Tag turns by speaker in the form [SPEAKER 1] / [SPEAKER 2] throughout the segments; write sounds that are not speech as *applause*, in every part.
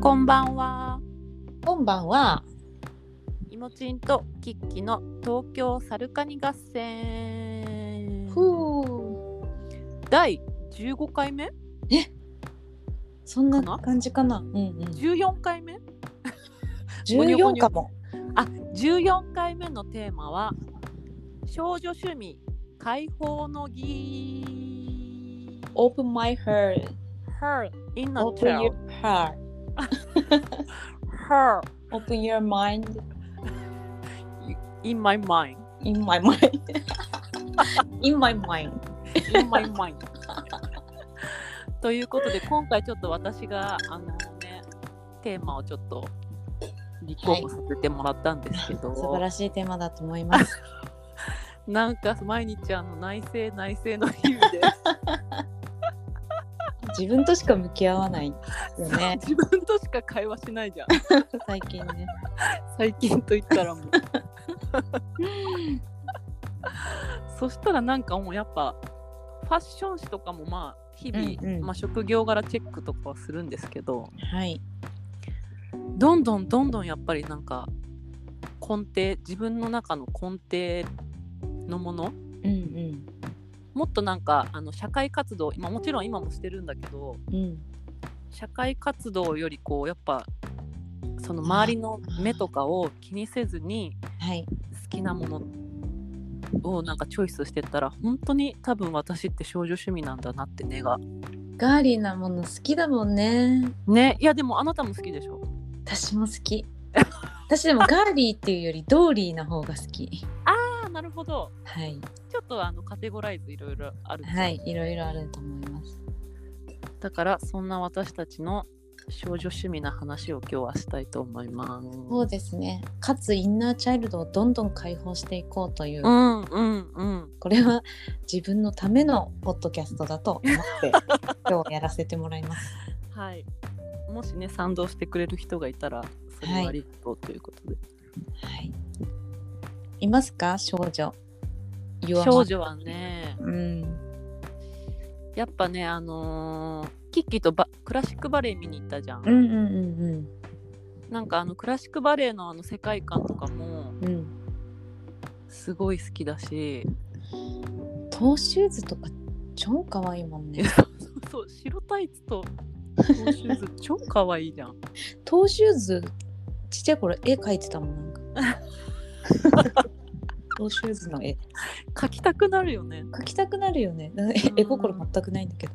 [SPEAKER 1] こんばんは。
[SPEAKER 2] 今晩はい
[SPEAKER 1] もちんとキッキの東京サルカニ合戦。
[SPEAKER 2] ふう
[SPEAKER 1] 第15回目
[SPEAKER 2] そんな
[SPEAKER 1] かな
[SPEAKER 2] 感じかなうんうん、
[SPEAKER 1] ?14 回目
[SPEAKER 2] 14かも
[SPEAKER 1] あ、14回目のテーマは少女趣味解放の儀。
[SPEAKER 2] Open my heart
[SPEAKER 1] her in a
[SPEAKER 2] Open your
[SPEAKER 1] tell
[SPEAKER 2] heart
[SPEAKER 1] her
[SPEAKER 2] Open your mind
[SPEAKER 1] in my mind
[SPEAKER 2] in my mind *laughs* in my mind
[SPEAKER 1] in my mind *laughs* ということで今回ちょっと私があのねテーマをちょっと立候補させてもらったんですけど、
[SPEAKER 2] 素晴らしいテーマだと思います *laughs*
[SPEAKER 1] なんか毎日あの内政内政の日 *laughs* 々で
[SPEAKER 2] 自分としか向き合わないよね
[SPEAKER 1] 自分としか会話しないじゃん
[SPEAKER 2] 最近ね
[SPEAKER 1] 最近と言ったらもうそしたらなんかもうやっぱファッション誌とかもまあ日々、
[SPEAKER 2] うんうん
[SPEAKER 1] まあ、職業柄チェックとかはするんですけど
[SPEAKER 2] はい
[SPEAKER 1] どんどんどんどんやっぱりなんか根底自分の中の根底のもの
[SPEAKER 2] うん
[SPEAKER 1] もっとなんかあの社会活動、まあ、もちろん今もしてるんだけど
[SPEAKER 2] うんうん
[SPEAKER 1] 社会活動よりこうやっぱその周りの目とかを気にせずに
[SPEAKER 2] はい
[SPEAKER 1] 好きなものをなんかチョイスしてったら本当に多分私って少女趣味なんだなって根が
[SPEAKER 2] ガーリーなもの好きだもんね
[SPEAKER 1] ねいやでもあなたも好きでしょ
[SPEAKER 2] 私も好 *laughs* き私でもガーリーっていうよりドーリーな方が好き
[SPEAKER 1] ああなるほど
[SPEAKER 2] はい
[SPEAKER 1] ちょっとあのカテゴライズいろいろあるじゃん
[SPEAKER 2] はいいろいろあると思います
[SPEAKER 1] だからそんな私たちの少女趣味な話を今日はしたいと思います
[SPEAKER 2] そうですねかつインナーチャイルドをどんどん解放していこうという、
[SPEAKER 1] うんうんうん
[SPEAKER 2] これは自分のためのポッドキャストだと思って *laughs* 今日やらせてもらいます
[SPEAKER 1] はいもしね賛同してくれる人がいたらそれはありがとうということで、
[SPEAKER 2] はいいますか少女
[SPEAKER 1] 少女はね
[SPEAKER 2] うん
[SPEAKER 1] やっぱねあのーキッキーとバクラシックバレエ見に行ったじゃん、
[SPEAKER 2] うんうんうん
[SPEAKER 1] なんかあのクラシックバレエのあの世界観とかも
[SPEAKER 2] うんうん
[SPEAKER 1] すごい好きだし
[SPEAKER 2] トーシューズとか超可愛いもんね
[SPEAKER 1] *laughs* そう白タイツとトーシューズ超可愛いじゃん
[SPEAKER 2] トーシューズちっちゃい頃絵描いてたもんなんか *laughs* トーシューズの絵
[SPEAKER 1] 描きたくなるよね
[SPEAKER 2] 描きたくなるよねな
[SPEAKER 1] うん
[SPEAKER 2] *laughs* 絵心全くないんだけど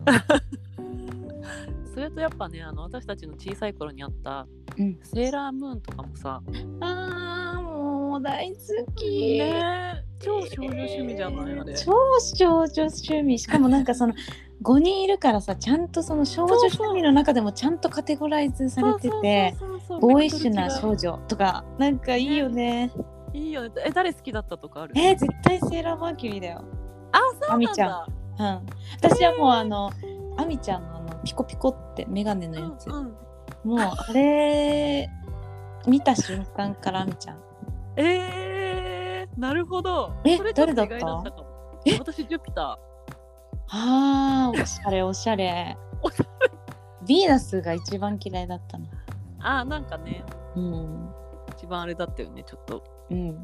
[SPEAKER 1] それとやっぱねあの私たちの小さい頃にあった
[SPEAKER 2] うん
[SPEAKER 1] セーラームーンとかもさ、
[SPEAKER 2] *laughs* あーもう大好き、
[SPEAKER 1] ねえ超少女趣味じゃないあれ、
[SPEAKER 2] *laughs* 超少女趣味しかもなんかその *laughs* 5人いるからさちゃんとその少女趣味の中でもちゃんとカテゴライズされてて
[SPEAKER 1] そうそうそうそう
[SPEAKER 2] ボーイッシュな
[SPEAKER 1] ベクトル
[SPEAKER 2] 少女とかなんかいいよね
[SPEAKER 1] 違いいいよねえ誰好きだったとかある
[SPEAKER 2] えー絶対セーラーマーキュリーだよ
[SPEAKER 1] あそう
[SPEAKER 2] ア
[SPEAKER 1] なん
[SPEAKER 2] ミ
[SPEAKER 1] だ
[SPEAKER 2] ちゃんうん私はもうあのあみちゃんのあのピコピコってメガネのやつ、
[SPEAKER 1] うんうん
[SPEAKER 2] もうあれ見た瞬間からあみちゃん
[SPEAKER 1] えー、なるほど
[SPEAKER 2] え
[SPEAKER 1] それちょと
[SPEAKER 2] 誰だった
[SPEAKER 1] 意外かも
[SPEAKER 2] え
[SPEAKER 1] 私ジュピター
[SPEAKER 2] あーおしゃれおしゃれ
[SPEAKER 1] おし
[SPEAKER 2] ヴィーナスが一番嫌いだったな
[SPEAKER 1] あーなんかね
[SPEAKER 2] うん
[SPEAKER 1] 一番あれだったよねちょっと
[SPEAKER 2] うん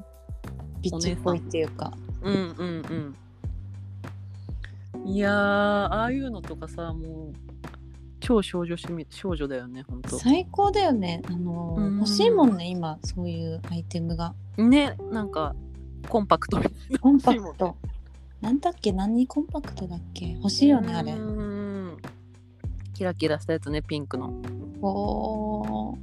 [SPEAKER 2] ビッチっぽいっていうか
[SPEAKER 1] うんうんうんいやーああいうのとかさもう超少女趣味少女だよねほんと
[SPEAKER 2] 最高だよねあのー
[SPEAKER 1] うん
[SPEAKER 2] 欲しいもんね今そういうアイテムが
[SPEAKER 1] ねなんかコンパクトみたいな
[SPEAKER 2] コンパクトなんだっけ何コンパクトだっけ欲しいよねあれ
[SPEAKER 1] うんキラキラしたやつねピンクの
[SPEAKER 2] お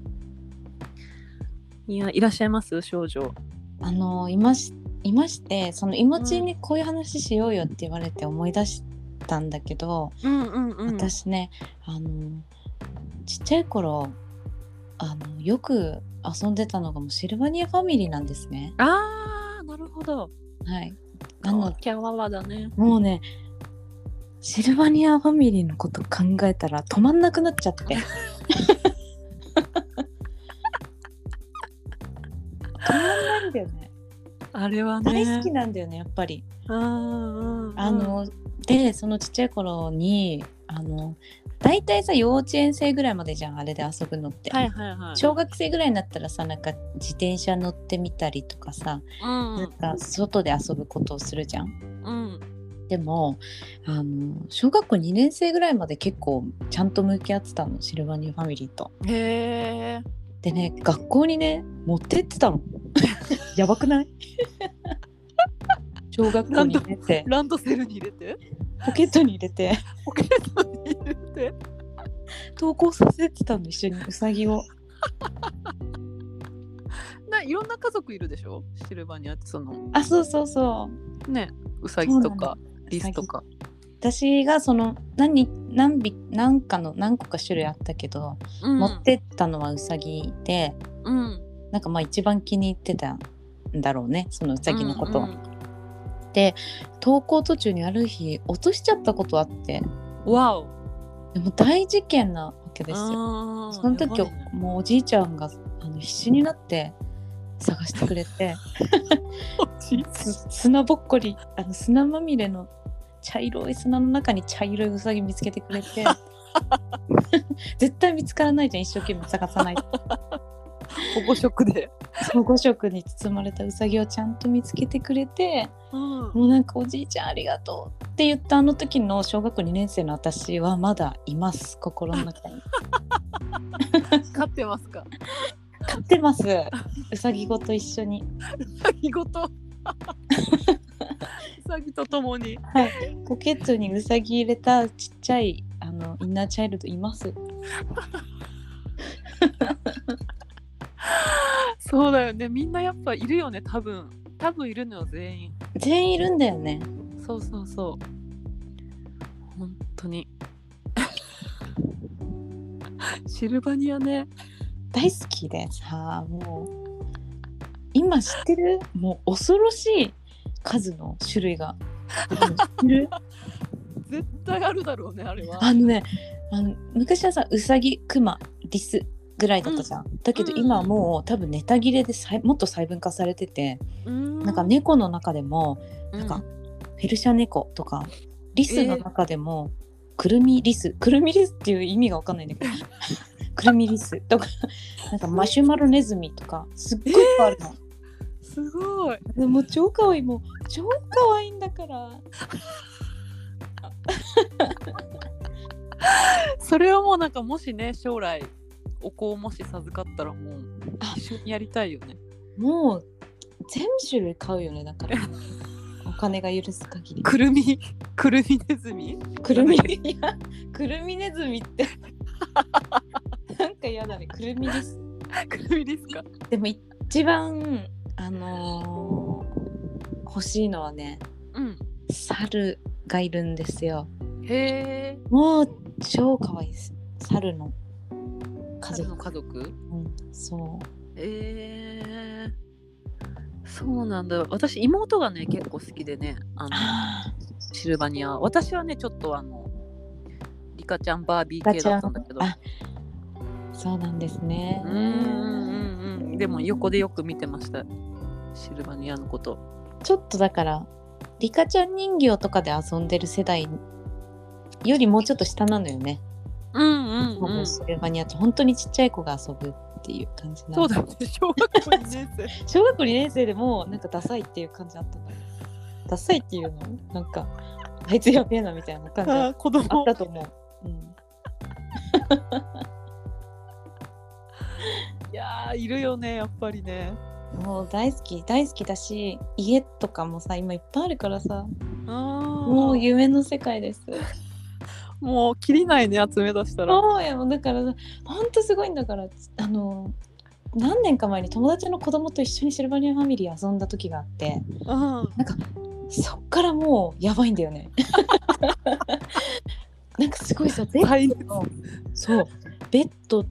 [SPEAKER 2] ー
[SPEAKER 1] いやいらっしゃいます少女
[SPEAKER 2] あのーいましいましてそのいもちにこういう話しようよって言われて思い出したんだけど、
[SPEAKER 1] うんうんう
[SPEAKER 2] 私ねあのちっちゃい頃あのよく遊んでたのがもうシルバニアファミリーなんですね。
[SPEAKER 1] あーなるほど
[SPEAKER 2] はい、
[SPEAKER 1] あ
[SPEAKER 2] なの
[SPEAKER 1] のキャワワだね
[SPEAKER 2] もうねシルバニアファミリーのこと考えたら止まんなくなっちゃって止まんないんだよね
[SPEAKER 1] あれはね
[SPEAKER 2] 大好きなんだよねやっぱり。
[SPEAKER 1] うんうんうん
[SPEAKER 2] あのでそのちっちゃい頃にあの大体さ幼稚園生ぐらいまでじゃんあれで遊ぶのって、
[SPEAKER 1] はいはいはい。
[SPEAKER 2] 小学生ぐらいになったらさなんか自転車乗ってみたりとかさ、
[SPEAKER 1] うん
[SPEAKER 2] なんか外で遊ぶことをするじゃん
[SPEAKER 1] うん。
[SPEAKER 2] でもあの小学校2年生ぐらいまで結構ちゃんと向き合ってたのシルバニアファミリーと
[SPEAKER 1] へえ。
[SPEAKER 2] でね学校にね持ってってたの *laughs* やばくない *laughs* 小学校2年生
[SPEAKER 1] ランドセルに入れて。
[SPEAKER 2] ポケットに入れて
[SPEAKER 1] ポケットに入れて。
[SPEAKER 2] 投稿させてたの一緒にウサギを
[SPEAKER 1] ないろんな家族いるでしょシルバニアってその
[SPEAKER 2] あそうそうそう
[SPEAKER 1] ねウサギとかリスとか。
[SPEAKER 2] 私がその何何匹何かの何個か種類あったけど、
[SPEAKER 1] うん
[SPEAKER 2] 持ってったのはウサギで
[SPEAKER 1] うん。
[SPEAKER 2] なんかまあ一番気に入ってたんだろうねそのウサギのこと、
[SPEAKER 1] う
[SPEAKER 2] を
[SPEAKER 1] んうん
[SPEAKER 2] 登校途中にある日落としちゃったことあって
[SPEAKER 1] わお。
[SPEAKER 2] でも大事件なわけですよ
[SPEAKER 1] あー
[SPEAKER 2] その時
[SPEAKER 1] やばいね
[SPEAKER 2] もうおじいちゃんがあの必死になって探してく
[SPEAKER 1] *laughs*
[SPEAKER 2] れてす砂ぼっこりあの砂まみれの茶色い砂の中に茶色いウサギ見つけてくれ
[SPEAKER 1] *laughs*
[SPEAKER 2] て絶対見つからないじゃん一生懸命探さないと
[SPEAKER 1] 保護色で。
[SPEAKER 2] 保護色に包まれたウサギをちゃんと見つけてくれて
[SPEAKER 1] うん。
[SPEAKER 2] もうなんかおじいちゃんありがとうって言ったあの時の小学校2年生の私はまだいます心の中に
[SPEAKER 1] 飼ってますか。
[SPEAKER 2] 飼ってますウサギごと一緒に
[SPEAKER 1] ウサギご
[SPEAKER 2] *laughs*
[SPEAKER 1] と。ウサギとともに。
[SPEAKER 2] ポケットにウサギ入れたちっちゃいあのインナーチャイルドいます。
[SPEAKER 1] そうだよね。みんなやっぱいるよね。多分。多分いるのよ全員。
[SPEAKER 2] 全員いるんだよね。
[SPEAKER 1] そうそうそう。本当に。シルバニアね。
[SPEAKER 2] 大好きでさもう今知ってるもう恐ろしい数の種類が知ってる
[SPEAKER 1] 絶対あるだろうね。あれは。
[SPEAKER 2] あのねあの昔はさウサギクマリスぐらいだったじゃん、だけど
[SPEAKER 1] うん
[SPEAKER 2] 今はもう多分ネタ切れでさいもっと細分化されてて、
[SPEAKER 1] な
[SPEAKER 2] なんか、猫の中でもなんか、ペルシャ猫とかリスの中でも、くるみリスくるみリスっていう意味がわかんないん *laughs* だけどくるみリスとかなんかマシュマロネズミとかすっごいいっぱいあるの、
[SPEAKER 1] すごい。
[SPEAKER 2] でも超可愛いもう超可愛いんだから
[SPEAKER 1] それはもうなんかもしね将来お子をもし授かったらもう
[SPEAKER 2] あ
[SPEAKER 1] 一緒にやりたいよね。
[SPEAKER 2] もう全種類買うよねだからお金が許す限り
[SPEAKER 1] くるみ *laughs* くるみネズミ。 *laughs*
[SPEAKER 2] くるみいやくるみネズミってなんか嫌だねくるみリス
[SPEAKER 1] くるみですか。
[SPEAKER 2] でも一番あのー欲しいのはね
[SPEAKER 1] うん。
[SPEAKER 2] 猿がいるんですよ
[SPEAKER 1] へえ。
[SPEAKER 2] もう超可愛いです猿の家
[SPEAKER 1] 彼の
[SPEAKER 2] 族、
[SPEAKER 1] 家族。
[SPEAKER 2] うん、そう
[SPEAKER 1] ええ。そうなんだ私妹がね結構好きでねあの
[SPEAKER 2] あ
[SPEAKER 1] シルバニア私はねちょっとあのリカちゃんバービー
[SPEAKER 2] ガ
[SPEAKER 1] 系
[SPEAKER 2] チ
[SPEAKER 1] だ
[SPEAKER 2] ャ
[SPEAKER 1] ったんだけど
[SPEAKER 2] ンあそうなんですね
[SPEAKER 1] うんうんうんうんでも横でよく見てましたシルバニアのこと
[SPEAKER 2] ちょっとだからリカちゃん人形とかで遊んでる世代よりもうちょっと下なのよね、
[SPEAKER 1] うんうん
[SPEAKER 2] もうシルバニアって本当にちっちゃい子が遊ぶっていう感じな
[SPEAKER 1] そ
[SPEAKER 2] の
[SPEAKER 1] うだよね、小学校2年生。
[SPEAKER 2] 小学校2年生でもなんかダサいっていう感じあったんだよダサいっていうのなんかあいつやべえなみたいな感じ
[SPEAKER 1] あ
[SPEAKER 2] あ
[SPEAKER 1] ー子
[SPEAKER 2] っ
[SPEAKER 1] 供
[SPEAKER 2] たと思う、うん、
[SPEAKER 1] いやーいるよね、やっぱりね。
[SPEAKER 2] もう大好き大好きだし家とかもさ今いっぱいあるからさ
[SPEAKER 1] も
[SPEAKER 2] も
[SPEAKER 1] う
[SPEAKER 2] う夢の世界です
[SPEAKER 1] もう切りないね、集め出したら。
[SPEAKER 2] そうやもうだからほんとすごいんだからあの何年か前に友達の子供と一緒にシルバニアファミリー遊んだ時があって
[SPEAKER 1] うん、
[SPEAKER 2] なんかそっからもうやばいんだよねなんかすごいさベッ
[SPEAKER 1] はい、
[SPEAKER 2] そうベッド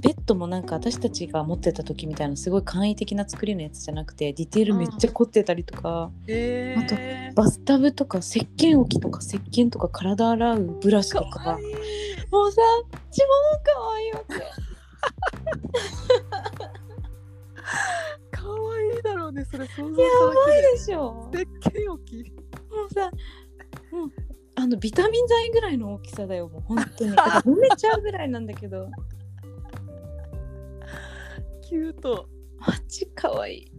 [SPEAKER 2] ベッドもなんか私たちが持ってた時みたいなすごい簡易的な作りのやつじゃなくてディテールめっちゃ凝ってたりとか、
[SPEAKER 1] えー、
[SPEAKER 2] バスタブとか石鹸置きとか石鹸とか体洗うブラシと
[SPEAKER 1] かわい
[SPEAKER 2] か
[SPEAKER 1] い。
[SPEAKER 2] もうさ超可愛いわけ
[SPEAKER 1] かわいいだろうね、それ想像
[SPEAKER 2] やばい
[SPEAKER 1] し
[SPEAKER 2] でしょ
[SPEAKER 1] ただけで。でっけえよき。
[SPEAKER 2] もうさ、うん、あのビタミン剤ぐらいの大きさだよもう本当に飲めちゃうぐらいなんだけど
[SPEAKER 1] キュート。
[SPEAKER 2] マジ可愛い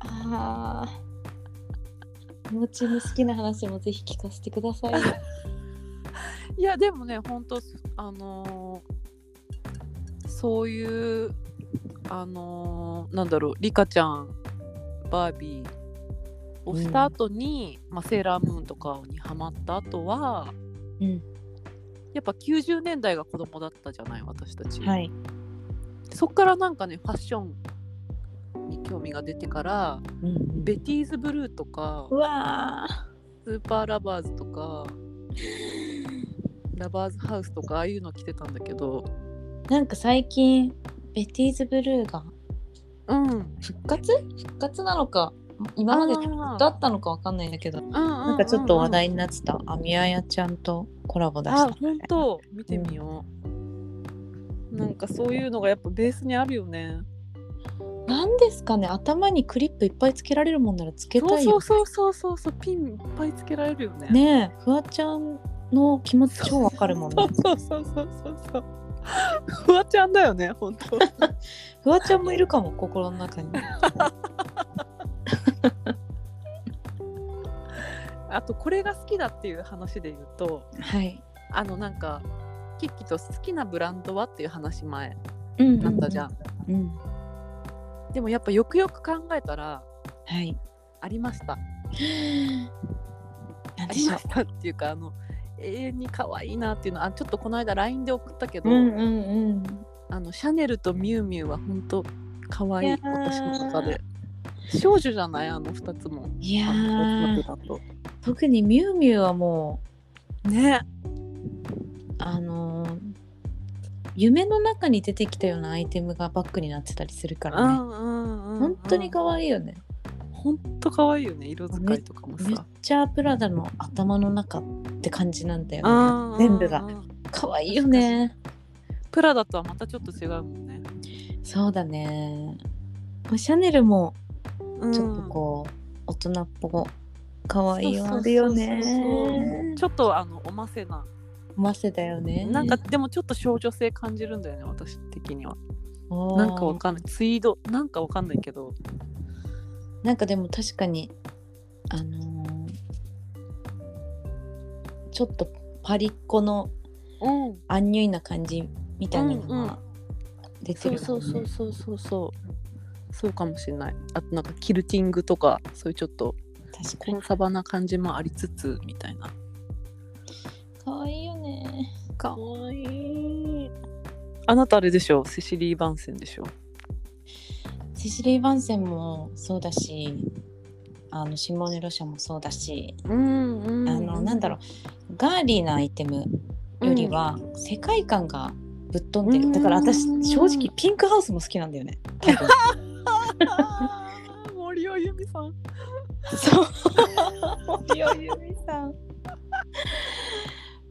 [SPEAKER 2] あーもちの好きな話もぜひ聞かせてくださいよ
[SPEAKER 1] いやでもね本当あのーそういうあのーなんだろうリカちゃんバービーをした後に、まあ、セーラームーンとかにハマった後は
[SPEAKER 2] うん
[SPEAKER 1] やっぱ90年代が子供だったじゃない私たち、
[SPEAKER 2] はい
[SPEAKER 1] そっからなんかねファッションに興味が出てから
[SPEAKER 2] うんうん
[SPEAKER 1] ベティーズブルーとか
[SPEAKER 2] うわー
[SPEAKER 1] スーパーラバーズとかラバーズハウスとかああいうの着てたんだけど
[SPEAKER 2] なんか最近ベティーズブルーが
[SPEAKER 1] うんうん
[SPEAKER 2] 復活復活なのか今まで
[SPEAKER 1] あー
[SPEAKER 2] だったのかわかんないんだけど
[SPEAKER 1] な
[SPEAKER 2] なんかちょっと話題になってたアミアヤちゃんとコラボ出した
[SPEAKER 1] あ本当見てみよう、なんかそういうのがやっぱベースにあるよね
[SPEAKER 2] なんですかね頭にクリップいっぱいつけられるもんならつけ
[SPEAKER 1] そ
[SPEAKER 2] た
[SPEAKER 1] う
[SPEAKER 2] い
[SPEAKER 1] そ
[SPEAKER 2] よ
[SPEAKER 1] うそうそうそうそうピンいっぱいつけられるよね
[SPEAKER 2] ねえフワちゃんの気持ち超わかるもん
[SPEAKER 1] そ
[SPEAKER 2] ね
[SPEAKER 1] うそうそうそうそうそうフワちゃんだよね本当 *laughs*
[SPEAKER 2] フワちゃんもいるかも心の中に
[SPEAKER 1] あとこれが好きだっていう話で言うと
[SPEAKER 2] はい
[SPEAKER 1] あのなんかキッキと好きなブランドはっていう話前
[SPEAKER 2] うん
[SPEAKER 1] なったじゃん、
[SPEAKER 2] うん、うん、
[SPEAKER 1] でもやっぱよくよく考えたら
[SPEAKER 2] はい
[SPEAKER 1] ありました
[SPEAKER 2] なん
[SPEAKER 1] あ
[SPEAKER 2] で
[SPEAKER 1] り
[SPEAKER 2] しょ
[SPEAKER 1] ま
[SPEAKER 2] う
[SPEAKER 1] したっていうかあの永遠に可愛いなっていうのあちょっとこの間 LINE で送ったけど、
[SPEAKER 2] うんうんうん
[SPEAKER 1] あのシャネルとミュウミュウは本当可愛い
[SPEAKER 2] いやー
[SPEAKER 1] 私の中で少女じゃないあの2つも
[SPEAKER 2] いや
[SPEAKER 1] あの大
[SPEAKER 2] ー
[SPEAKER 1] 人だと
[SPEAKER 2] 特にミュウミュウはも
[SPEAKER 1] ね
[SPEAKER 2] うあのー夢の中に出てきたようなアイテムがバッグになってたりするか
[SPEAKER 1] う
[SPEAKER 2] らね
[SPEAKER 1] んうんうん
[SPEAKER 2] 本当に
[SPEAKER 1] か
[SPEAKER 2] 可愛いよね
[SPEAKER 1] 本当可愛いよね色使いとかも
[SPEAKER 2] めっ
[SPEAKER 1] さ
[SPEAKER 2] ちゃプラダの頭の中って感じなんだよ
[SPEAKER 1] あ
[SPEAKER 2] ね
[SPEAKER 1] ー
[SPEAKER 2] 全部が
[SPEAKER 1] うんうん
[SPEAKER 2] 可愛いよね
[SPEAKER 1] プラダとはまたちょっと違うもんね
[SPEAKER 2] そうだねもうシャネルも
[SPEAKER 1] うん
[SPEAKER 2] ちょっとこう、大人っぽ可愛い
[SPEAKER 1] そうそうそうそう
[SPEAKER 2] あるよね
[SPEAKER 1] ちょっとあのおませな
[SPEAKER 2] マセだよね
[SPEAKER 1] なんかでもちょっと少女性感じるんだよね私的には
[SPEAKER 2] な
[SPEAKER 1] なんかわかんないツイードなんかわかんないけど
[SPEAKER 2] なんかでも確かにあのーちょっとパリッコの
[SPEAKER 1] うん
[SPEAKER 2] アンニュイな感じみたいなのが出て
[SPEAKER 1] そ
[SPEAKER 2] る
[SPEAKER 1] う
[SPEAKER 2] よね
[SPEAKER 1] そうそうそうそうそうそうかもしれないあとなんかキルティングとかそういうちょっと
[SPEAKER 2] 確か
[SPEAKER 1] コ
[SPEAKER 2] に
[SPEAKER 1] ンサバな感じもありつつみたいな
[SPEAKER 2] 可愛いよね
[SPEAKER 1] かわいいあなたあれでしょセシリー・バンセンでしょ
[SPEAKER 2] セシリー・バンセンもそうだしあのシモーネ・ロシャもそうだし、
[SPEAKER 1] うんう
[SPEAKER 2] あのなんだろうガーリーなアイテムよりは世界観がぶっ飛んでる、
[SPEAKER 1] うん
[SPEAKER 2] だから私正直ピンクハウスも好きなんだよね多分
[SPEAKER 1] 森尾由美さん
[SPEAKER 2] そう森尾由美さん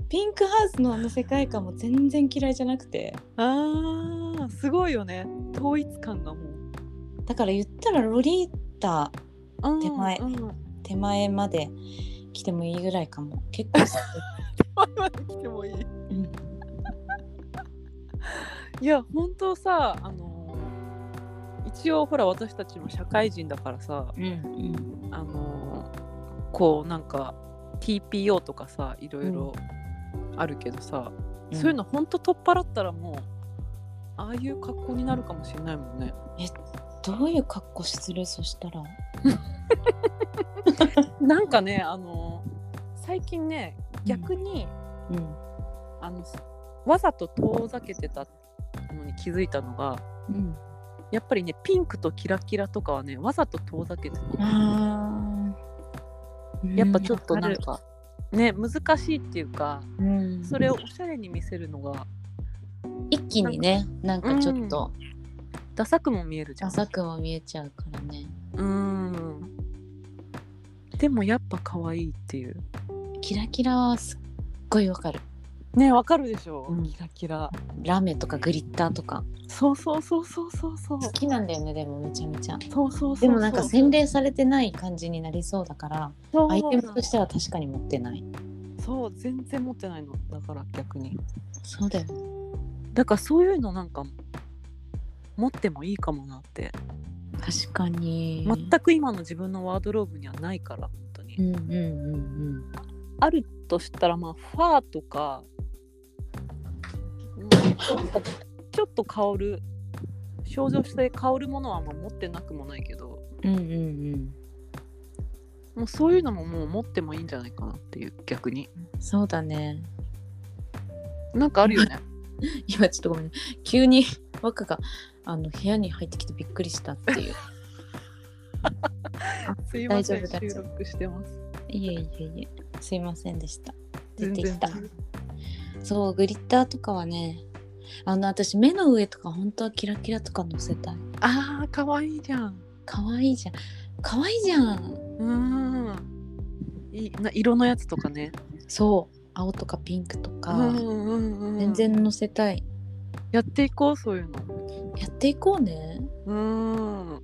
[SPEAKER 2] ピンクハウスのあの世界観も全然嫌いじゃなくて
[SPEAKER 1] あーすごいよね統一感がもう
[SPEAKER 2] だから言ったらロリータ
[SPEAKER 1] うん
[SPEAKER 2] 手前
[SPEAKER 1] うん
[SPEAKER 2] 手前まで来てもいいぐらいかも結構好き
[SPEAKER 1] 前まで来てもいい
[SPEAKER 2] うん
[SPEAKER 1] いや本当さあのー一応ほら私たちも社会人だからさ
[SPEAKER 2] うん
[SPEAKER 1] あのーこうなんか TPO とかさいろいろあるけどさ、
[SPEAKER 2] うん
[SPEAKER 1] そういうの本当取っ払ったらもうああいう格好になるかもしれないもんね。
[SPEAKER 2] どういう格好するそしたら
[SPEAKER 1] なんかねあのー最近ね逆に、
[SPEAKER 2] うん
[SPEAKER 1] あのわざと遠ざけてたのに気づいたのが
[SPEAKER 2] うん
[SPEAKER 1] やっぱりねピンクとキラキラとかはねわざと遠ざけてた
[SPEAKER 2] あー
[SPEAKER 1] やっぱちょっとなんか、ね難しいっていうか
[SPEAKER 2] うん、
[SPEAKER 1] それをおしゃれに見せるのが
[SPEAKER 2] 一気にねなんかちょっと
[SPEAKER 1] ダサくも見えるじゃん。
[SPEAKER 2] 浅くも見えちゃうからね
[SPEAKER 1] うんでもやっぱ可愛いっていう
[SPEAKER 2] キラキラはすっごいわかる
[SPEAKER 1] ねわかるでしょ、
[SPEAKER 2] うん
[SPEAKER 1] キラキラ
[SPEAKER 2] ラメとかグリッターとか
[SPEAKER 1] そうそうそうそうそうそう
[SPEAKER 2] 好きなんだよねでもめちゃめちゃ
[SPEAKER 1] そうそうそう
[SPEAKER 2] でもなんか洗練されてない感じになりそうだから
[SPEAKER 1] そう
[SPEAKER 2] アイテムとしては確かに持ってない
[SPEAKER 1] そう全然持ってないのだから逆に
[SPEAKER 2] そうだよ
[SPEAKER 1] だからそういうのなんか持ってもいいかもなって
[SPEAKER 2] 確かに
[SPEAKER 1] 全く今の自分のワードローブにはないから本当に、
[SPEAKER 2] うんうんうん
[SPEAKER 1] あるとしたらまあファーとか、うんちょっと香る症状して香るものはまあ持ってなくもないけど
[SPEAKER 2] うんうんうんうん
[SPEAKER 1] もうそういうのももう持ってもいいんじゃないかなっていう逆に
[SPEAKER 2] そうだね
[SPEAKER 1] なんかあるよ
[SPEAKER 2] *laughs*
[SPEAKER 1] ね
[SPEAKER 2] 今ちょっとごめん、ね、急に若があの部屋に入ってきてびっくりしたっていう
[SPEAKER 1] すいません
[SPEAKER 2] 大丈夫大丈
[SPEAKER 1] 収
[SPEAKER 2] 夫
[SPEAKER 1] 録してます
[SPEAKER 2] *laughs* いえいえいえすいませんでした出
[SPEAKER 1] 全
[SPEAKER 2] てき
[SPEAKER 1] 然
[SPEAKER 2] たそうグリッターとかはねあの私目の上とか本当はキラキラとか乗せたい
[SPEAKER 1] あーかわいいじゃん
[SPEAKER 2] 可愛いじゃん可愛いじゃん
[SPEAKER 1] うーんいいな色のやつとかね
[SPEAKER 2] そう青とかピンクとか、
[SPEAKER 1] うんうんうん
[SPEAKER 2] 全然乗せたい
[SPEAKER 1] やっていこうそういうの
[SPEAKER 2] やっていこうね
[SPEAKER 1] うーん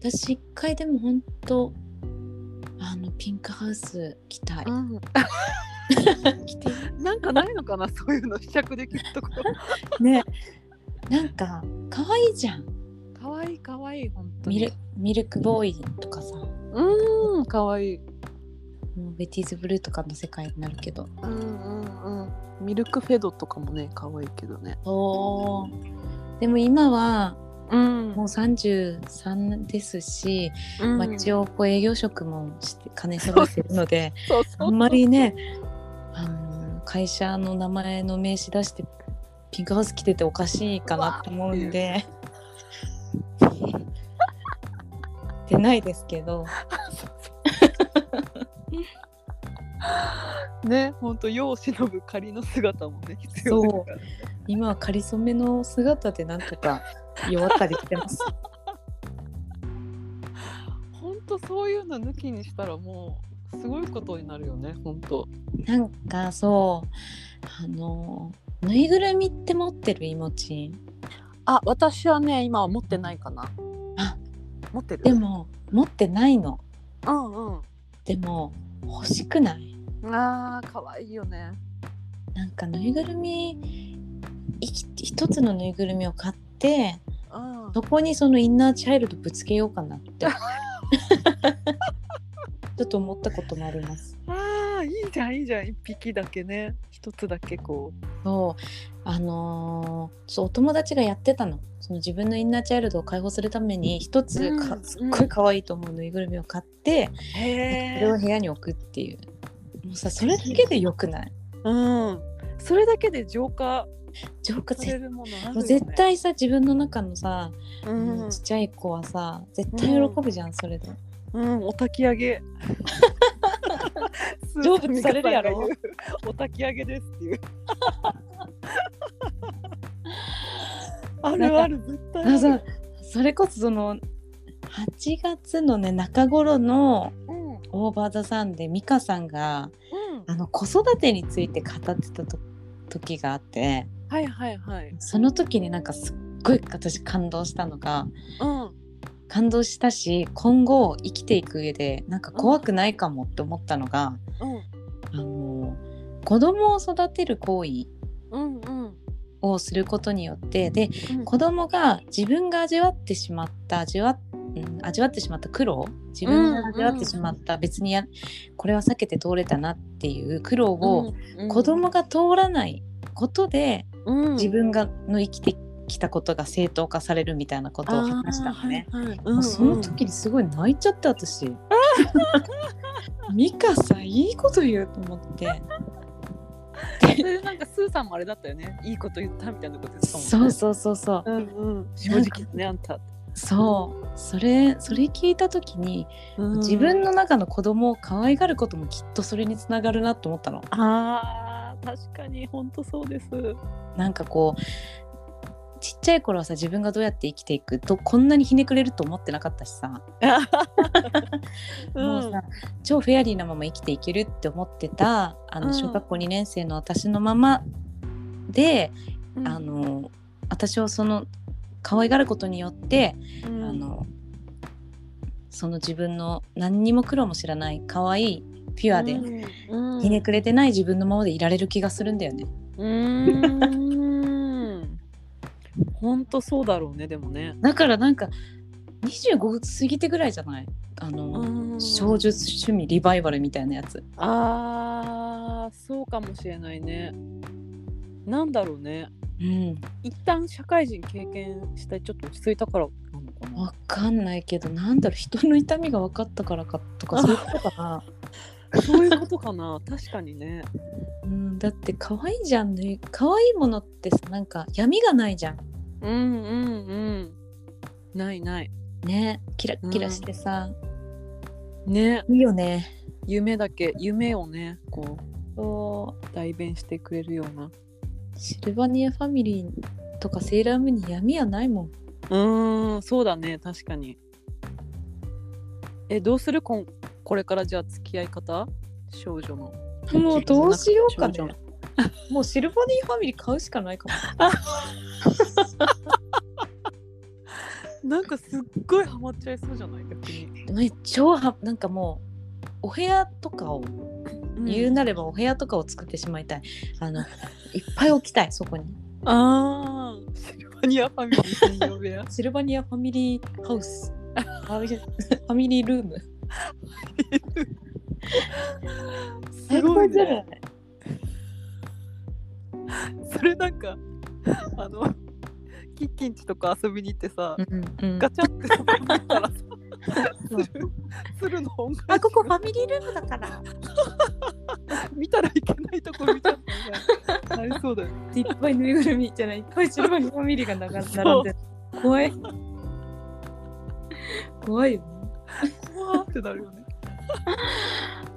[SPEAKER 2] 私一回でも本当あのピンクハウス着たい、
[SPEAKER 1] うん
[SPEAKER 2] 着て
[SPEAKER 1] なんかないのかなそういうの試着できるところ。
[SPEAKER 2] *laughs* ねなんか可愛いじゃん
[SPEAKER 1] かわいいかわいい本当に。
[SPEAKER 2] ミルミルクボーイとかさも
[SPEAKER 1] うーんかわいい。
[SPEAKER 2] うベティーズブルーとかの世界になるけど
[SPEAKER 1] うんうんうん。ミルクフェドとかもねかわいいけどね。
[SPEAKER 2] おでも今は
[SPEAKER 1] うん
[SPEAKER 2] もう33ですし、
[SPEAKER 1] うん
[SPEAKER 2] まあ、一応こう営業職もして兼ね備えてるので
[SPEAKER 1] そうそう
[SPEAKER 2] あんまりねあの会社の名前の名刺出してピンクハウス着てておかしいかなと思うんで出ないですけど
[SPEAKER 1] ね本当世を忍ぶ仮の姿もね必要
[SPEAKER 2] そう
[SPEAKER 1] ですから
[SPEAKER 2] 今は仮初めの姿でなんとか弱ったりしてます
[SPEAKER 1] 本当そういうの抜きにしたらもうすごいことになるよね本当。
[SPEAKER 2] *laughs* なんかそうあのぬいぐるみって持ってるいもちん
[SPEAKER 1] あ私はね今は持ってないかな。
[SPEAKER 2] あ
[SPEAKER 1] 持ってる。
[SPEAKER 2] でも持ってないの
[SPEAKER 1] うん
[SPEAKER 2] でも欲しくない
[SPEAKER 1] うん。ああかわいいよね。
[SPEAKER 2] なんかぬいぐるみいき一つのぬいぐるみを買って
[SPEAKER 1] うん。
[SPEAKER 2] そこにそのインナーチャイルドぶつけようかなって *laughs* ちょっと思ったこともあります
[SPEAKER 1] ああいいじゃんいいじゃん一匹だけね一つだけこ
[SPEAKER 2] そうあのーそうお友達がやってたのその自分のインナーチャイルドを解放するために一つか、
[SPEAKER 1] うん
[SPEAKER 2] すっごい可愛いと思うぬいぐるみを買って
[SPEAKER 1] う
[SPEAKER 2] そ
[SPEAKER 1] へ
[SPEAKER 2] れを部屋に置くっていうもうさそれだけでよくない
[SPEAKER 1] うんそれだけで浄化
[SPEAKER 2] 浄化
[SPEAKER 1] され
[SPEAKER 2] 絶
[SPEAKER 1] るものあるよ、ね、
[SPEAKER 2] もう絶、対さ自分の中のさ
[SPEAKER 1] うん
[SPEAKER 2] ちっちゃい子はさ絶対喜ぶじゃん、それで
[SPEAKER 1] うん、お焚き上げ
[SPEAKER 2] *laughs* 成仏されるや
[SPEAKER 1] スーパ
[SPEAKER 2] ろ
[SPEAKER 1] ーミカさんが言うお焚き上げですっていうあるある絶対あ
[SPEAKER 2] あ
[SPEAKER 1] る
[SPEAKER 2] そうそれこそその8月のね中頃の
[SPEAKER 1] うんうん
[SPEAKER 2] 「オーバー・ザ・サン」で美香さんがあの子育てについて語ってたと時があって
[SPEAKER 1] はいはいはい
[SPEAKER 2] その時になんかすっごい私感動したのが
[SPEAKER 1] うん
[SPEAKER 2] 感動したし今後生きていく上でなんか怖くないかもって思ったのが、
[SPEAKER 1] うん
[SPEAKER 2] あの子供を育てる行為
[SPEAKER 1] うんうん
[SPEAKER 2] をすることによってで
[SPEAKER 1] うん
[SPEAKER 2] 子供が自分が味わってしまった味わ,、うん、味わってしまった苦労自分が味わってしまった、別にやこれは避けて通れたなっていう苦労を
[SPEAKER 1] うん
[SPEAKER 2] 子供が通らないことで
[SPEAKER 1] うん
[SPEAKER 2] 自分がの生きてきたことが正当化されるみたいなことを話したのね。
[SPEAKER 1] あーはいはい
[SPEAKER 2] もうそ
[SPEAKER 1] う
[SPEAKER 2] の
[SPEAKER 1] んうん
[SPEAKER 2] 時にすごい泣いちゃって私
[SPEAKER 1] *laughs*
[SPEAKER 2] 美香さんいいこと言うと
[SPEAKER 1] *laughs*
[SPEAKER 2] 思って
[SPEAKER 1] それでなんかスーさんもあれだったよねいいこと言ったみたいなこと言ってたもんね
[SPEAKER 2] そうそうそうそう
[SPEAKER 1] うんうん正直だねあんた、
[SPEAKER 2] そうそれそれ聞いた時に自分の中の子供を可愛がることもきっとそれにつながるなと思ったの。
[SPEAKER 1] あー確かに本当そう *laughs* です
[SPEAKER 2] なんかこうちっちゃい頃はさ自分がどうやって生きていくとこんなにひねくれると思ってなかったしさ、もうさ超フェアリーなまま生きていけるって思ってたあ
[SPEAKER 1] うん
[SPEAKER 2] の小学校2年生の私のままで、
[SPEAKER 1] うん
[SPEAKER 2] あの私をその可愛がることによって
[SPEAKER 1] うん
[SPEAKER 2] あのその自分の何にも苦労も知らない可愛いピュアで
[SPEAKER 1] うんうんうん
[SPEAKER 2] ひねくれてない自分のままでいられる気がするんだよね。
[SPEAKER 1] うー *laughs* んほんとそうだろうねでもね
[SPEAKER 2] だからなんか25過ぎてぐらいじゃないあの、少女趣味リバイバルみたいなやつ。
[SPEAKER 1] あーそうかもしれないねなんだろうね
[SPEAKER 2] うん、
[SPEAKER 1] 一旦社会人経験したちょっと落ち着いたからなのかな
[SPEAKER 2] わかんないけどなんだろう人の痛みが分かったからかとかそういうことかな。
[SPEAKER 1] *laughs* そういうことかな確かにね
[SPEAKER 2] うん、だって可愛いじゃん、ね、可愛いものってさなんか闇がないじゃん
[SPEAKER 1] うんうんうんないない
[SPEAKER 2] ねキラッキラしてさ、
[SPEAKER 1] ね
[SPEAKER 2] いいよね
[SPEAKER 1] 夢だけ夢をねこう
[SPEAKER 2] そう
[SPEAKER 1] 代弁してくれるような
[SPEAKER 2] シルバニアファミリーとかセーラームーンに闇はないもん
[SPEAKER 1] うーんそうだね確かにえどうするこんこれからじゃあ付き合い方少女の
[SPEAKER 2] もうどうしようかね
[SPEAKER 1] 少女の
[SPEAKER 2] *laughs* もうシルバニアファミリー買うしかないかも
[SPEAKER 1] なんかすっごいハマっちゃいそうじゃない逆に、
[SPEAKER 2] ね超はなんかもうお部屋とかを、言うなればお部屋とかを作ってしまいたいあのいっぱい置きたいそこに
[SPEAKER 1] あーシルバニアファミリー専用部 *laughs* 屋
[SPEAKER 2] シルバニアファミリーハウス
[SPEAKER 1] *laughs*
[SPEAKER 2] ファミリーファミリールーム
[SPEAKER 1] すごい
[SPEAKER 2] じゃ
[SPEAKER 1] ね
[SPEAKER 2] ない
[SPEAKER 1] それなんかあのキッキンチとか遊びに行ってさ、
[SPEAKER 2] うんうん
[SPEAKER 1] ガチャってそこに行ったらさ
[SPEAKER 2] *laughs* そう
[SPEAKER 1] 鶴鶴の音楽
[SPEAKER 2] あここファミリールームだから
[SPEAKER 1] 見たらいけないとこ見たみたいななりそうだ
[SPEAKER 2] *laughs*
[SPEAKER 1] よね
[SPEAKER 2] いっぱいぬいぐるみじゃないいっぱいシルバニアファミリーがなが並んでる怖い怖いよね
[SPEAKER 1] 怖ってなるよね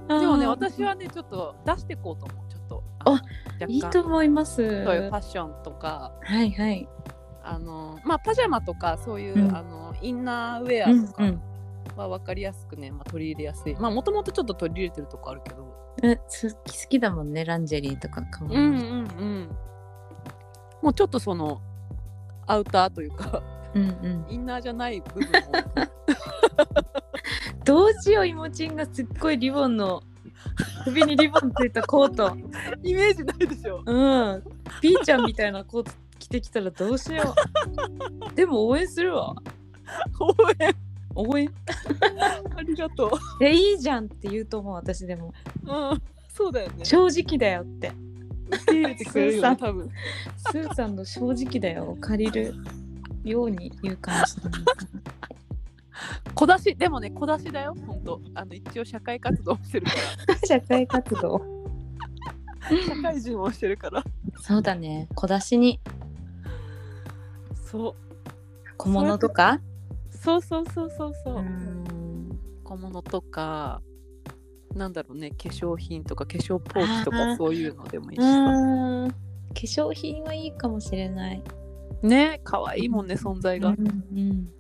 [SPEAKER 2] で
[SPEAKER 1] でもね、私はね、ちょっと出していこうと思う。ちょっと。
[SPEAKER 2] あ
[SPEAKER 1] の若干
[SPEAKER 2] いいと思います
[SPEAKER 1] そういうフ
[SPEAKER 2] は
[SPEAKER 1] ァッションとか、
[SPEAKER 2] いはい
[SPEAKER 1] あの、まあ、パジャマとか、そういう、
[SPEAKER 2] うん
[SPEAKER 1] あの、インナーウェ
[SPEAKER 2] うん
[SPEAKER 1] アと
[SPEAKER 2] うん
[SPEAKER 1] かは分かりやすくね、まあ、取り入れやすい。まあ、もともとちょっと取り入れてるとこあるけど。
[SPEAKER 2] え好き好きだもんねランジェリーとかかも、
[SPEAKER 1] うんうんうん。もうちょっとその、アウターというか、
[SPEAKER 2] うんうん
[SPEAKER 1] インナーじゃない部分を。
[SPEAKER 2] どうしようイモチンがすっごいリボン *laughs* の首にリボンついたコート
[SPEAKER 1] イメージないでし *laughs* ょ。
[SPEAKER 2] うんピーちゃんみたいなコート着てきたらどうしようでも応援するわ
[SPEAKER 1] 応援、
[SPEAKER 2] 応援
[SPEAKER 1] *laughs* ありがとう。
[SPEAKER 2] えいいじゃんって言うと思う私でも
[SPEAKER 1] うん。そうだよね。
[SPEAKER 2] 正直だよって
[SPEAKER 1] 受け入れてくれるよね、多分。
[SPEAKER 2] スーさんの正直だよを借りるように言うかもしれない
[SPEAKER 1] 小出し、でもね、小出しだよ、本当。あの、一応社会活動してるから。
[SPEAKER 2] *laughs* 社会活動
[SPEAKER 1] *laughs* 社会人をしてるから。
[SPEAKER 2] そうだね小出しに
[SPEAKER 1] そう。
[SPEAKER 2] 小物とか
[SPEAKER 1] そうそうそうそうそうう。
[SPEAKER 2] ん
[SPEAKER 1] 小物とか、なんだろうね、化粧品とか化粧ポーチと
[SPEAKER 2] あー
[SPEAKER 1] かそういうのでもいいしさ。
[SPEAKER 2] あー化粧品はいいかもしれない、
[SPEAKER 1] ね、可愛いもんね、存在が。
[SPEAKER 2] うん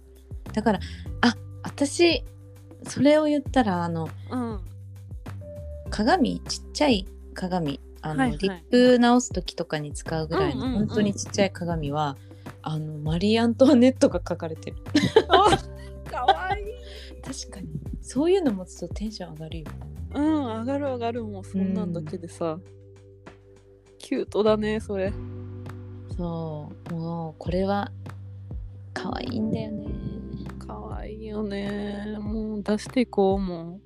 [SPEAKER 2] だからあ私それを言ったらあの
[SPEAKER 1] うん。
[SPEAKER 2] 鏡ちっちゃい鏡あの、
[SPEAKER 1] はいはい
[SPEAKER 2] リップ直す時とかに使うぐらいの、
[SPEAKER 1] うんうんうん
[SPEAKER 2] 本当にちっちゃい鏡はあのマリー・アントワネットが書かれてる
[SPEAKER 1] *laughs* 可愛い。
[SPEAKER 2] 確かにそういうのもちょっとテンション上がるよ
[SPEAKER 1] うん、上がる上がるもうそんなんだけでさ。キュートだね、それ。
[SPEAKER 2] そうもうこれは可愛いんだよね
[SPEAKER 1] 可愛いよね。もう出していこう、も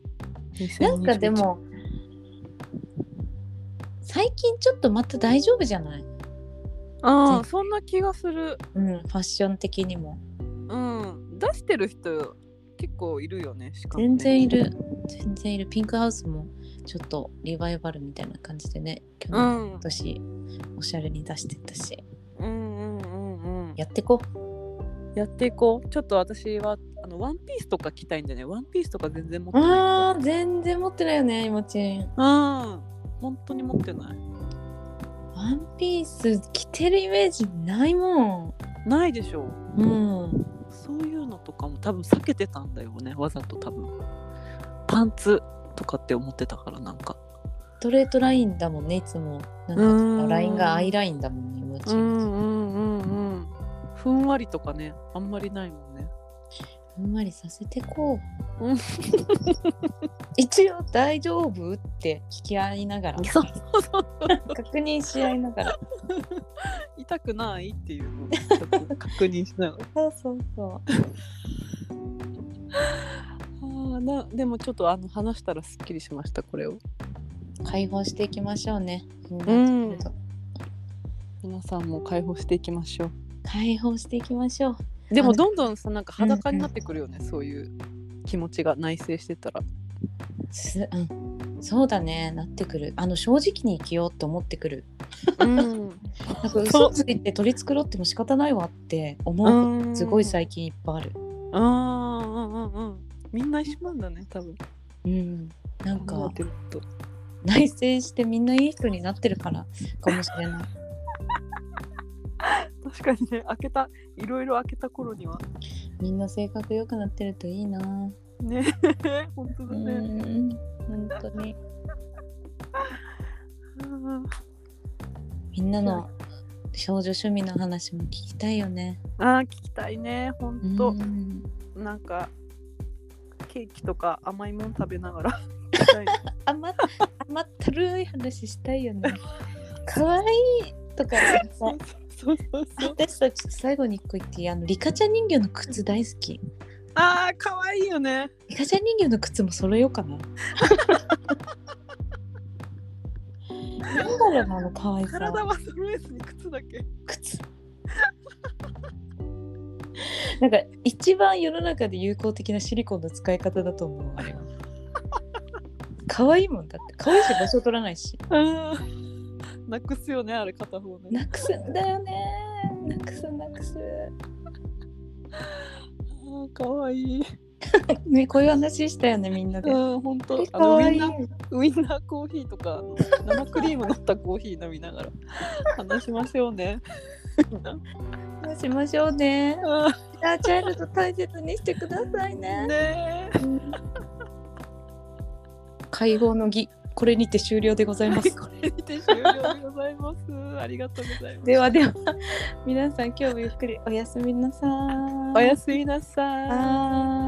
[SPEAKER 1] う。
[SPEAKER 2] なんかでも最近ちょっとまた大丈夫じゃない、
[SPEAKER 1] 2021。ああ、そんな気がする。
[SPEAKER 2] うん、ファッション的にも
[SPEAKER 1] うん。出してる人結構いるよね、しかもね
[SPEAKER 2] 全然いる全然いるピンクハウスもちょっとリバイバルみたいな感じでね去
[SPEAKER 1] う
[SPEAKER 2] 年
[SPEAKER 1] ん
[SPEAKER 2] 今。年おしゃれに出してったし
[SPEAKER 1] うんうんうんうん。
[SPEAKER 2] やってこ
[SPEAKER 1] やっていこう。ちょっと私はあのワンピースとか着たいんだよね。ワンピースとか全然持ってない
[SPEAKER 2] あー全然持ってないよねいもちん
[SPEAKER 1] から。うん。本当に持ってない。
[SPEAKER 2] ワンピース着てるイメージないも
[SPEAKER 1] ないでしょ
[SPEAKER 2] んうん
[SPEAKER 1] そういうのとかも多分避けてたんだよね。わざと多分。パンツとかって思ってたからなんか。
[SPEAKER 2] ストレートラインだもんねいつも
[SPEAKER 1] う
[SPEAKER 2] なん
[SPEAKER 1] ー
[SPEAKER 2] か
[SPEAKER 1] ん
[SPEAKER 2] ラインがアイラインだもんねいもちん
[SPEAKER 1] うんうんうんうん。ふんわりとかね、あんまりないもんね。
[SPEAKER 2] ふんわりさせてこう
[SPEAKER 1] うん
[SPEAKER 2] 一応大丈夫って聞き合いながら
[SPEAKER 1] そう
[SPEAKER 2] 確認し合いながら
[SPEAKER 1] 痛くないっていうのをちょっと確認しながら
[SPEAKER 2] そうそうそ
[SPEAKER 1] *laughs* あーなでもちょっとあの話したらすっきりしましたこれを
[SPEAKER 2] う解放していきましょうね
[SPEAKER 1] ん皆さんも解放していきましょう
[SPEAKER 2] 解放していきましょう
[SPEAKER 1] でも
[SPEAKER 2] あの
[SPEAKER 1] どんどんさなんか裸になってくるよね、そういう気持ちが内省してたら
[SPEAKER 2] す、うん、そうだねなってくるあの正直に生きようって思ってくる
[SPEAKER 1] うん
[SPEAKER 2] なんか嘘ついて取り繕っても仕方ないわって思うことすごい最近いっぱいある
[SPEAKER 1] あーうんうんうんみんな一緒なんだね多分
[SPEAKER 2] うんなん
[SPEAKER 1] 考
[SPEAKER 2] か
[SPEAKER 1] えてること
[SPEAKER 2] 内省してみんないい人になってるからかもしれない
[SPEAKER 1] 確かにね開けたいろいろ開けた頃には
[SPEAKER 2] みんな性格良くなってるといいなぁ
[SPEAKER 1] ね *laughs* 本当
[SPEAKER 2] う
[SPEAKER 1] だね、
[SPEAKER 2] ん本当に
[SPEAKER 1] うん
[SPEAKER 2] みんなの少女趣味の話も聞きたいよね
[SPEAKER 1] あー聞きたいね本当、
[SPEAKER 2] うん
[SPEAKER 1] なんかケーキとか甘いもん食べなが *laughs* ら聞きたいね
[SPEAKER 2] *laughs* 甘っ甘ったるい話したいよ
[SPEAKER 1] *laughs*
[SPEAKER 2] ね可愛いとか
[SPEAKER 1] そうそうそうそう
[SPEAKER 2] 私さちょっと最後に一個言っていいあのリカちゃん人形の靴大好き
[SPEAKER 1] あー可愛いよね
[SPEAKER 2] リカちゃん人形の靴も揃えようか
[SPEAKER 1] *laughs*
[SPEAKER 2] ななんだろうなあの可愛さ
[SPEAKER 1] 体は揃えずに靴だけ
[SPEAKER 2] 靴なんか一番世の中で有効的なシリコンの使い方だと思うあれは可愛いもんだって可愛いし場所取らないし
[SPEAKER 1] うんなくすよねあれ片方ね
[SPEAKER 2] なくすんだよねなくすなくす
[SPEAKER 1] あー可愛い
[SPEAKER 2] ねこういう話したよねみんなで
[SPEAKER 1] うん本当あ
[SPEAKER 2] 可
[SPEAKER 1] のウ
[SPEAKER 2] 愛
[SPEAKER 1] イン
[SPEAKER 2] い
[SPEAKER 1] ナーウインナーコーヒーとかあの生クリーム乗ったコーヒー飲みながら
[SPEAKER 2] *laughs*
[SPEAKER 1] 話しましょうね。
[SPEAKER 2] 話しましょうね
[SPEAKER 1] あ
[SPEAKER 2] じゃあチャイルド大切にしてください
[SPEAKER 1] ー
[SPEAKER 2] ね
[SPEAKER 1] ね
[SPEAKER 2] *laughs*
[SPEAKER 1] *laughs* え。
[SPEAKER 2] 解放の儀これにて終了でございま
[SPEAKER 1] は
[SPEAKER 2] す
[SPEAKER 1] い、これにて終了でございます。ありがとうございます。
[SPEAKER 2] ではでは皆さん今日もゆっくりおやすみなさい
[SPEAKER 1] おやすみなさい。
[SPEAKER 2] は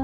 [SPEAKER 2] ーい